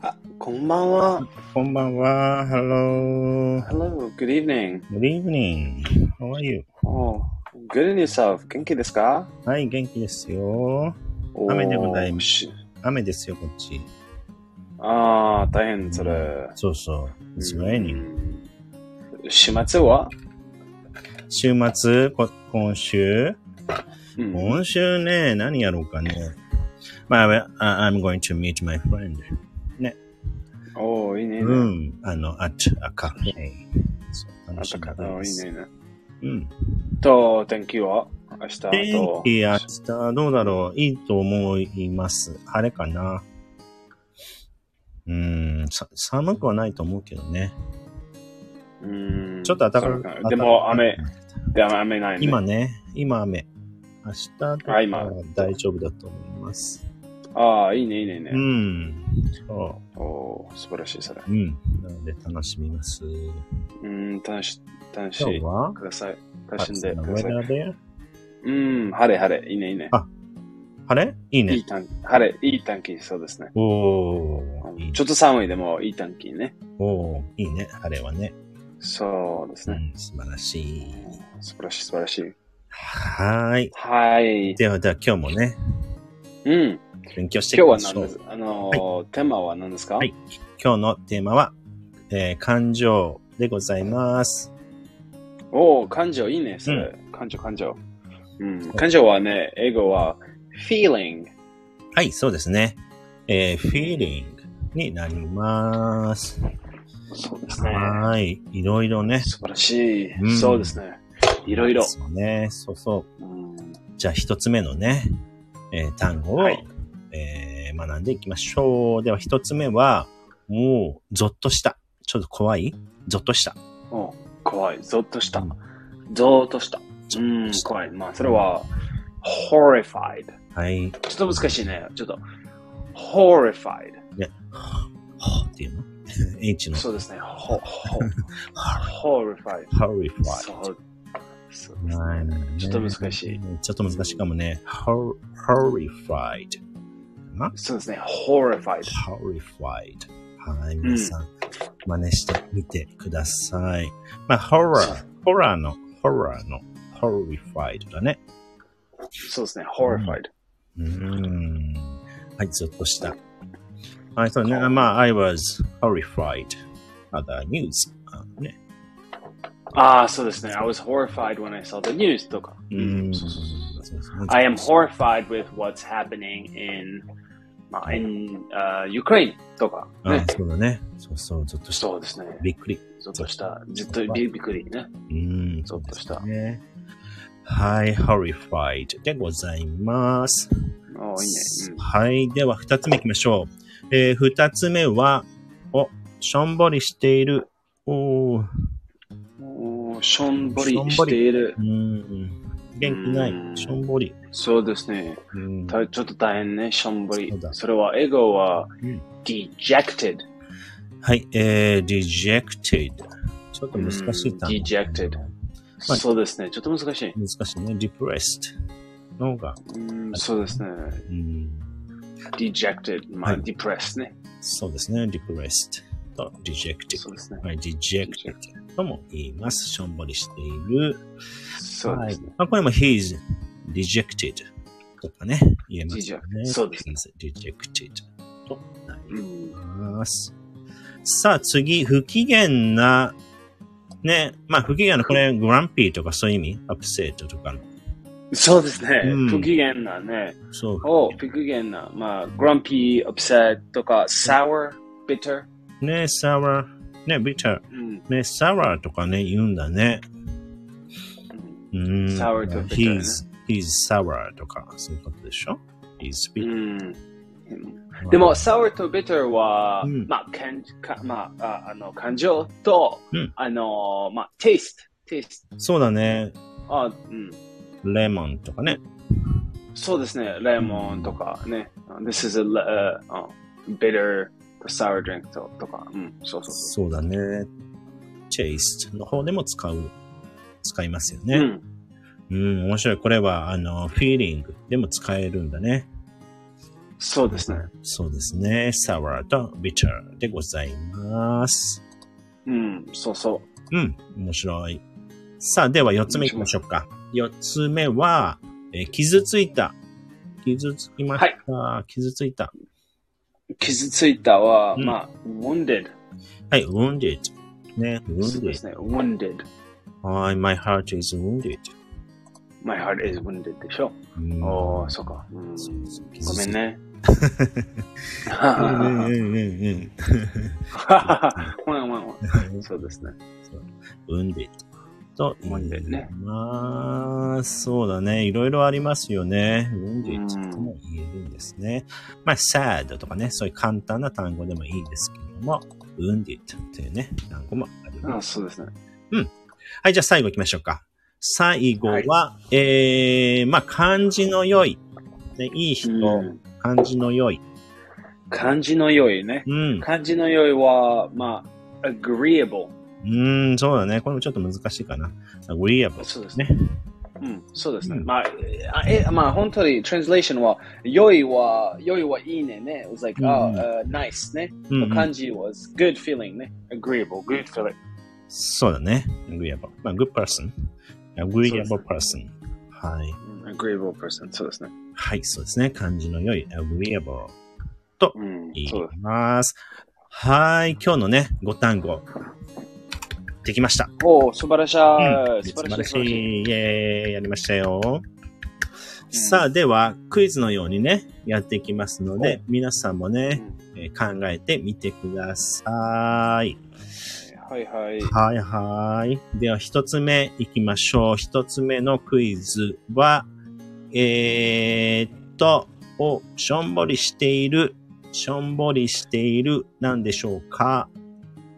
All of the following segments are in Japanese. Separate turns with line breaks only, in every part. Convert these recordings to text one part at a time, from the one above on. あ、こんばんは。
こんばんは。Hello.
Hello, good evening.
Good evening. How are you?
Oh, good in yourself. 元気ですか。
はい、元気ですよ。雨でございます雨ですよ、こっち。
ああ、大変それ。
そうそう。It's raining.
始末は、
週末、こ今週、
うん、
今週ね、何やろうかね。まあ、I- I'm going to meet my friend.
おおいいね。
う
うん、
ん。あの、at a cafe. そう、
あ
楽し
と
み
か、お
で
いい
す。
ねいいね。
うん。
と、天気は明日と。
天気明日どうだろういいと思います。晴れかな。うん、さ寒くはないと思うけどね。
うん。
ちょっと暖
そう
か
でも雨、。でも雨ないね。
今ね、今雨。明日とか
あ今
大丈夫だと思います。
ああ、いいね、いいね、いいね
う。ん。そ
おー素晴らしい、それ。
う。うん。なので楽しみます。
うん、楽し、楽し
今日
い。
は
ください。楽しんで
暑
く
なウ
ださい。
ェザーで
うん、晴れ、晴れ。いいね、いいね。
晴れいい
いい
ね。
天気、晴れ、いい天気、そうですね。
おーいい
ちょっと寒いでもいい天気ね。
おーいいね。晴れはね。
そうです
う
ね。
ん、素晴らしい。
素晴らしい、素晴らしい。
はーい。
はい。
では、では今日もね、
うん。
勉強していき
今
ま
日は
し
何
ょう。
ですあのー、テーマは何ですか
はい今日のテーマは、えー感情でございます。
おお感情いいね、それ。感情、感情。うん。感情はね、英語は feeling。
はい、そうですね。えー、feeling になります。
そうですね。
はーい。いろいろね。
素晴らしい、
うん
そうですね。いろいろ。
そうね。そうそう。
うん
じゃあ、一つ目のね、えー単語を、
はい
えー学んでいきましょう。では、一つ目は、もう、ゾッとした。ちょっと怖いゾッとした。
お怖い。ゾッとした
うん。
ゾッとした。
ゾ
う
ッ
ん
とし、た
怖い。まあ、それは horrified。
はい。
ちょっと難しいね。ちょっと horrified。
はぁっていうの ?H の
そうですね。ほ、 ほ、
horrified。
horrified。そう。そうです
は
ね。
い
ちょっと難しい。
ちょっと難しいかもね。hor- horrified。な
そうですね。horrified。
horrified。はい、皆さん、真似してみてください。まあ、horror、horror の、horror の、horrified だね。
そうですね。horrified。
うーん。はい、ゾッとした。はい、そうね。
はい
まあ、I was horrified at the news. あね。
ああ、そうですね。I was horrified when I saw the news とか。
う
うん
ん。
そうそうそうそう。
そうそう
I am horrified with what's happening in, まあ in、uh, Ukraine とか、
あ
ね。
そうだね。そうそう、ゾッとした。
そうですね。
びっくり。
ゾッとした。ずっとびびっくりね。
うん、
ゾッとした。
ね。はい、horrified でございます。
おーいいね。
はい、では二つ目行きましょう。えー、二つ目は、お、しょんぼりしている。おー
うん、おーしょんぼり
しょんぼり
している
う。ん、元気な
う
い。
ん
しょんぼり。
そうですね。
うん、
たちょっと大変ね、しょんぼり
そう。だ
それは、英語は
うん
dejected。
はい、えー、dejected。ちょっと難しい単語。
うん dejected
まあ
そうですね、ちょっと難しい。
難しいね。depressed。の方が、
うん、そうですね。
うん、
dejected。まあ、
はい
depressed ね。
そうですね。depressed と dejected
そう。ですね。
はい、dejected とも言います。しょんぼりしている。
そうですね。
はいまあ、これも he is dejected とかね、言えますよね。
Dejected そうです
he is dejected となり
うん
ます。さあ次、不機嫌な、ね、まあ不機嫌な、これ、グランピーとかそういう意味、アップセットとかの。
そうですね
うん。
不機嫌なね。
そう、
お不機嫌な。まあ、grumpy, upset とか、sour, bitter。
ね、サワー、ね、ビター、
うん。
ね、サワーとかね、言うんだね。うん。
sour と bitter ね
he's, he's sour とか、そういうことでしょ ?he's
う
bitter.
ん。でも、sour と bitter は、
うん
まあ、かんかまあ、ああの感情と、
うん
あの、まあ、taste。taste。
そうだね。
あうん、
レモンとかね。
そうですね。レモンとかね。This is a、uh, uh, bitter sour drink ととか。うん、そうそうそ
そうだね。チェイスの方でも使う、使いますよ
う。う
ね。
ん、
うん、面白い。これは、あの、フィーリングでも使えるんだね。
そうですね。
そうですね。サワーとビターでございます。
うん、そうそ
うん、面白い。さあ、では4つ目行きましょうか。4つ目は、えー傷ついた。傷つきました。傷ついた。
う。傷ついたは、
うん
まあ、wounded。
はい、wounded。ね、
そうで
wounded。
すね。wounded。
はい、my heart is wounded.
my heart is wounded でしょ。
うん
おー、そうか。うん、
そうそう傷
ご
つ
め
い
ん
た
ね。
うんうんうんうん
ごめんごめんごめん。そうですね。
wounded と言い
wounded ね
まあ、そうだね。いろいろありますよね。wounded とも言えるんですね。まあ、sad とかね、そういう簡単な単語でもいいんですけども、wounded というね、単語もあります。
あそうですね。
はい、じゃあ最後行きましょうか。最後は、えー、まあ、漢字の良い。ね、いい人、
うん
漢字の良い。
漢字の良いね。
うん。
漢字の良いは、まあ、agreeable。
うん、そうだね。これもちょっと難しいかな。agreeable。
そうですね。
ね。
うん、そうですね。
うん
まあ、えあえ、まあ、本当に、translation は、良いは、良いはいいねね。It was like,
うん
ah, uh, nice ね。
うんうん
漢字 was good feeling ね。agreeable, good feeling.
そうだね。agreeable. まあ、good person.
そ
agreeable
う
person. はい。
agreeable person. そうですね。
はい、そうですね。漢字の良い agreeable と
うん
言、い
そうです。
ます。はい。今日のね、5単語、できました。
おお、素晴らしい。
うん
素晴
素晴
らしい。素晴ら
らし
しい。
い。イェーイ、やりましたよ。さあ、では、クイズのようにね、やっていきますので、皆さんもね、えー考えてみてください。
はいはい。
はいはい。では、一つ目いきましょう。一つ目のクイズは、えー、っと、お、しょんぼりしている、しょんぼりしている、なんでしょうか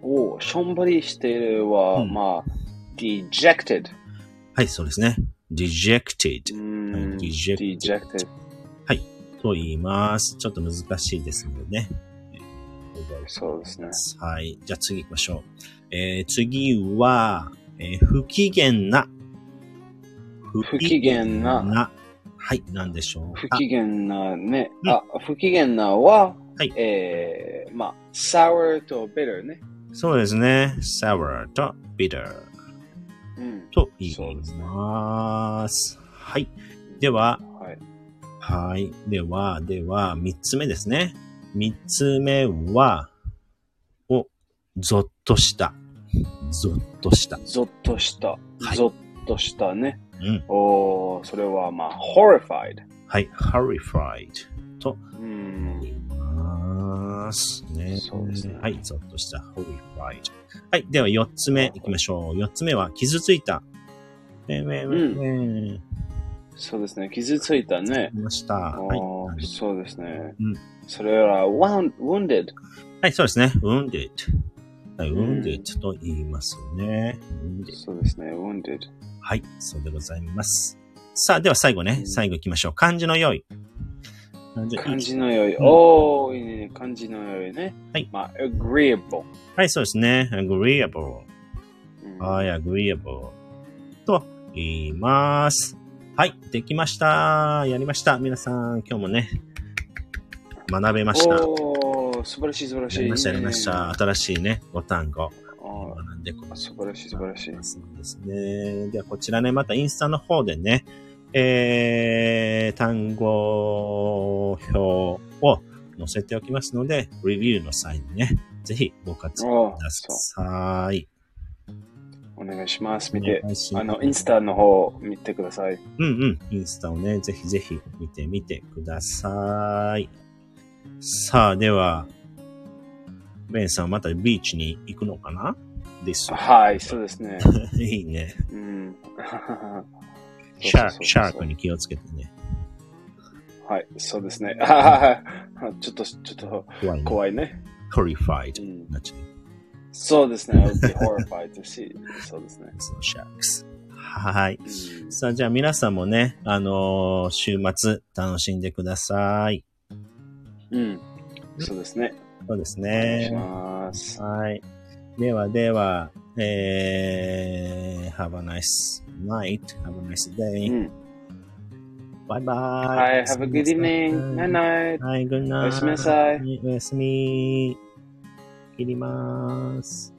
おお、しょんぼりしてるは、
うん
まあ、dejected。
はい、そうですね。dejected
うん、
dejected
dejected。
と言います。ちょっと難しいですのでね。えー覚えてく
そうですね
だ。さい。じゃあ次行きましょう。えー、次は、えー不機嫌な。
不機嫌な。
はい、なんでしょう
不
か
機嫌なね、
うん
あ、不機嫌なは、
はい
えー、まあ、sour と bitter ね。
そうですね。sour と bitter
うん。
と言
そう
い
ですね
ます。はい。では、
はい。
はい。では、では、三つ目ですね。三つ目は、お、ゾッとした。ゾッとした。
ゾッとした。
い
ゾッとしたね。
うん。
おー、それはまあ、horrified。
はい。horrified と
うん。
言います。ね。
そうですね
はい。ゾッとした。horrified。はい。では、四つ目行きましょう。四つ目は、傷ついた。えーえーえーえー
そうですね。傷ついたね。
ました。はい。
おーそうですね
うん。
それは wound- wounded。
はい、そうですね。wounded。はい、
うん
wounded と言いますね。wounded
そうですね。wounded。
はい、そうでございます。さあ、では最後ね。最後行きましょう。漢字の良い。漢字
感じの良い。
うん
おー、いいね。感じの良いね。
はい
まあ、agreeable。
はい、そうですね。agreeable。
うん
はい、agreeable。と言います。はい、できました。やりました。皆さん、今日もね、学べました。や
おー、素晴らしい素晴らしい。
りました、やりました。新しいね、ご単語。
あ
学んでこ
ー素晴らしい素晴らしい。
そうですね。では、こちらね、またインスタの方でね、えー、単語表を載せておきますので、レビューの際にね、ぜひご活用
お
く
ー
だ
そ
さい。
うお願いします。見て
お、願いします
あの、インスタの方見てください。
うんうん。インスタをね、ぜひぜひ見てみてください。さあ、では、ベンさんまたビーチに行くのかなです。
はい、そうです ね。
いいね。
うん。そうそうそうそう
シャーク、シャークに気をつけてね。
はい、そうですね。 あははちょっと、ちょっと
怖いね。
怖いね。
horrified
うん
なっちゃう。
そうですね。I would be horrified to see. そうですね。
そのシャークス。はい。
うん
さあ、じゃあ皆さんもね、あのー週末楽しんでください。
うん。そうですね。
そうです
お願いし
ね。
ます。
はい。ではでは、えー、have a nice night, have a nice
う
day,
ん。
バイバイ。
Hi, have a good evening. Night night.
はい、good night.
おやすみなさい
はいおやすみ。切ります。